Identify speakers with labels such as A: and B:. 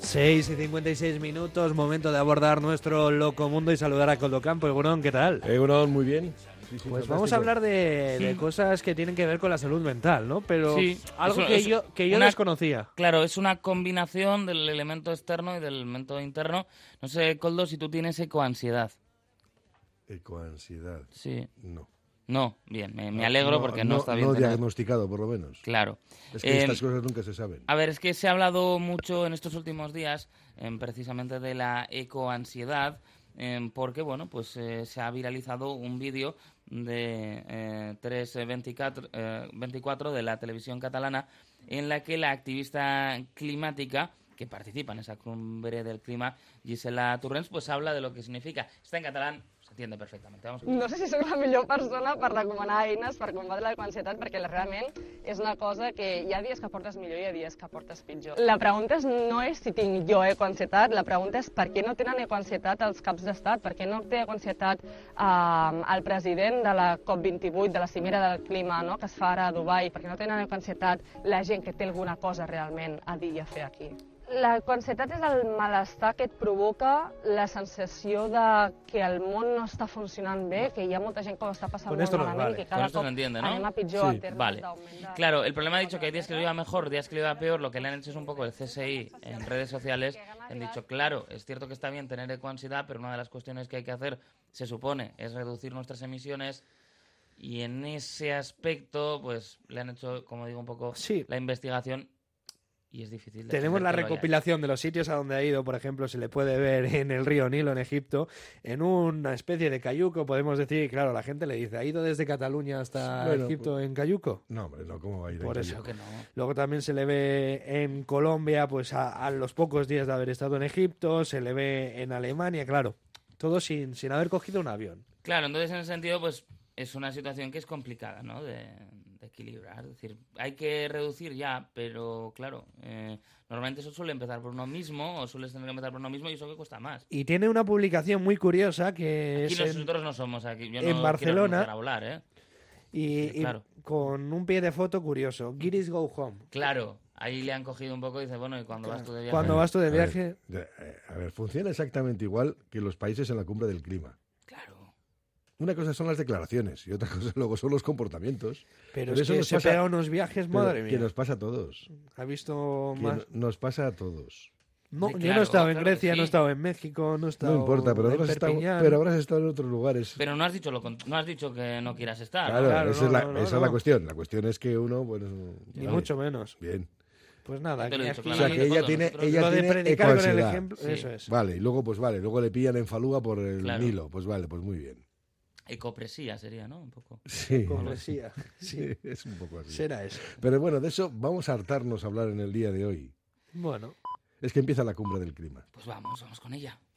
A: 6 y 56 minutos, momento de abordar nuestro loco mundo y saludar a Colocampo. Egunon, ¿qué tal?
B: Egunon, muy bien.
A: Sí, sí, pues vamos a hablar de, de, cosas que tienen que ver con la salud mental, ¿no? Pero
C: Sí,
A: algo
C: eso-
A: que
C: eso-
A: yo, que yo
C: una-
A: desconocía.
C: Claro, es una combinación del elemento externo y del elemento interno. No sé, Coldo, si tú tienes ecoansiedad.
B: Ecoansiedad.
C: Sí.
B: No.
C: No, bien, me, me alegro porque no, está bien.
B: Ah, No
C: tener-
B: diagnosticado, por lo menos.
C: Claro.
B: Es que
C: Eh,
B: estas cosas nunca se saben.
C: A ver, es que se ha hablado mucho en estos últimos días em, precisamente de la ecoansiedad, em, porque bueno, pues eh, se ha viralizado un vídeo de eh, 324 eh, 24 de la televisión catalana en la que la activista climática que participa en esa cumbre del clima, Gisela Turrens, pues habla de lo que significa. Está en catalán, se entiende perfectamente. Vamos a
D: No sé si sóc la millor persona per recomanar eines per combatre la ansietat, perquè realment és una cosa que hi ha dies que portes millor i hi ha dies que portes pitjor. La pregunta és, no és si tinc jo ecoansietat, la pregunta és per què no tenen ecoansietat els caps d'estat, per què no té ecoansietat eh, el president de la COP28, de la cimera del clima no?, que es fa ara a Dubai, per què no tenen ecoansietat la gent que té alguna cosa realment a dir i a fer aquí. La ansietat és el malestar que et provoca la sensació de que el món no està funcionant bé, que hi ha molta gent que ho està passant
A: Con
D: molt
A: esto nos
D: malament
A: vale.
D: i que
C: Con
D: cada
C: esto
D: cop
C: se entiende, ¿no?
D: anem a pitjor
B: Sí.
D: en termes
C: Vale.
D: d'augment de...
C: Claro, el problema ha dicho que hay días que lo iba mejor, días que lo iba peor. Lo que le han hecho es un poco el CSI en redes sociales. Han dicho, claro, es cierto que está bien tener ecoansiedad, pero una de las cuestiones que hay que hacer, se supone, es reducir nuestras emisiones. Y en ese aspecto, pues le han hecho, como digo, un poco
A: Sí.
C: la investigación. Y es
A: Tenemos
C: difícil.
A: la
C: defender que lo haya
A: recopilación de los sitios a donde ha ido, por ejemplo, se le puede ver en el río Nilo, en Egipto, en una especie de cayuco, podemos decir, y claro, la gente le dice, ¿ha ido desde Cataluña hasta
B: Bueno,
A: Egipto en cayuco?
B: No, hombre, no, ¿cómo va a ir
A: Por
B: en
A: eso.
C: hecho. Creo que no.
A: Luego también se le ve en Colombia, pues a, a los pocos días de haber estado en Egipto, se le ve en Alemania, claro, todo sin, sin haber cogido un avión.
C: Claro, entonces en ese sentido, pues es una situación que es complicada, ¿no? De, de equilibrar. Es decir, hay que reducir ya, pero claro, eh, normalmente eso suele empezar por uno mismo o sueles tener que empezar por uno mismo y eso que cuesta más.
A: Y tiene una publicación muy curiosa que
C: Aquí
A: es en-
C: nosotros no somos aquí. Yo
A: en
C: no quiero
A: Barcelona-
C: empezar a hablar, ¿eh?
A: y,
C: Sí,
A: y
C: claro.
A: con un pie de foto curioso, Giris Go Home.
C: Claro, ahí le han cogido un poco y dice, bueno, y cuando vas tú de viaje.
A: Cuando vas tú de
B: A ver,
A: viaje...
B: de- eh, A ver, funciona exactamente igual que los países en la cumbre del clima.
C: Claro.
B: Una cosa son las declaraciones y otra cosa luego son los comportamientos.
A: Pero,
B: Pero
A: es
B: eso
A: que
B: nos
A: se
B: pasa-
A: pega unos viajes,
B: Pero
A: madre
B: Que
A: mía.
B: nos pasa a todos.
A: Ha visto
B: Que
A: más.
B: no- nos pasa a todos.
A: No,
C: Sí,
A: yo no
C: claro,
A: he estado en
C: claro que
A: Grecia, no he
C: sí.
A: estado en México, no he estado.
B: No importa, pero
A: en
B: habrás, estado,
A: Perpiñán.
B: pero habrás estado en otros lugares.
C: Pero no has dicho lo, con- no has dicho que no quieras estar.
B: Claro,
A: claro,
B: esa,
A: no,
B: es la,
A: no, no,
B: esa es la
A: no.
B: cuestión. La cuestión es que uno, bueno,
A: Ni
B: vale,
A: mucho menos.
B: Bien.
A: Pues nada,
C: Ya te lo he
A: aquí-
C: dicho,
B: O sea
C: claramente,
B: que ella
C: Coldo,
B: tiene,
C: nosotros-
B: ella
A: lo de
B: tiene
A: predicar con el
B: ecoansiedad.
A: ejemplo.
C: Sí.
A: Eso es.
B: Vale, y luego pues vale, luego le pillan en Falúa por el
C: Claro.
B: Nilo, pues vale, pues muy bien.
C: Ecopresía sería, ¿no? Un poco.
B: Sí,
A: Con Mesía. Sí,
B: sí, es un poco así.
A: será eso.
B: Pero bueno, de eso vamos a hartarnos a hablar en el día de hoy.
A: Bueno,
B: Es que empieza la cumbre del clima.
C: Pues vamos, vamos con ella.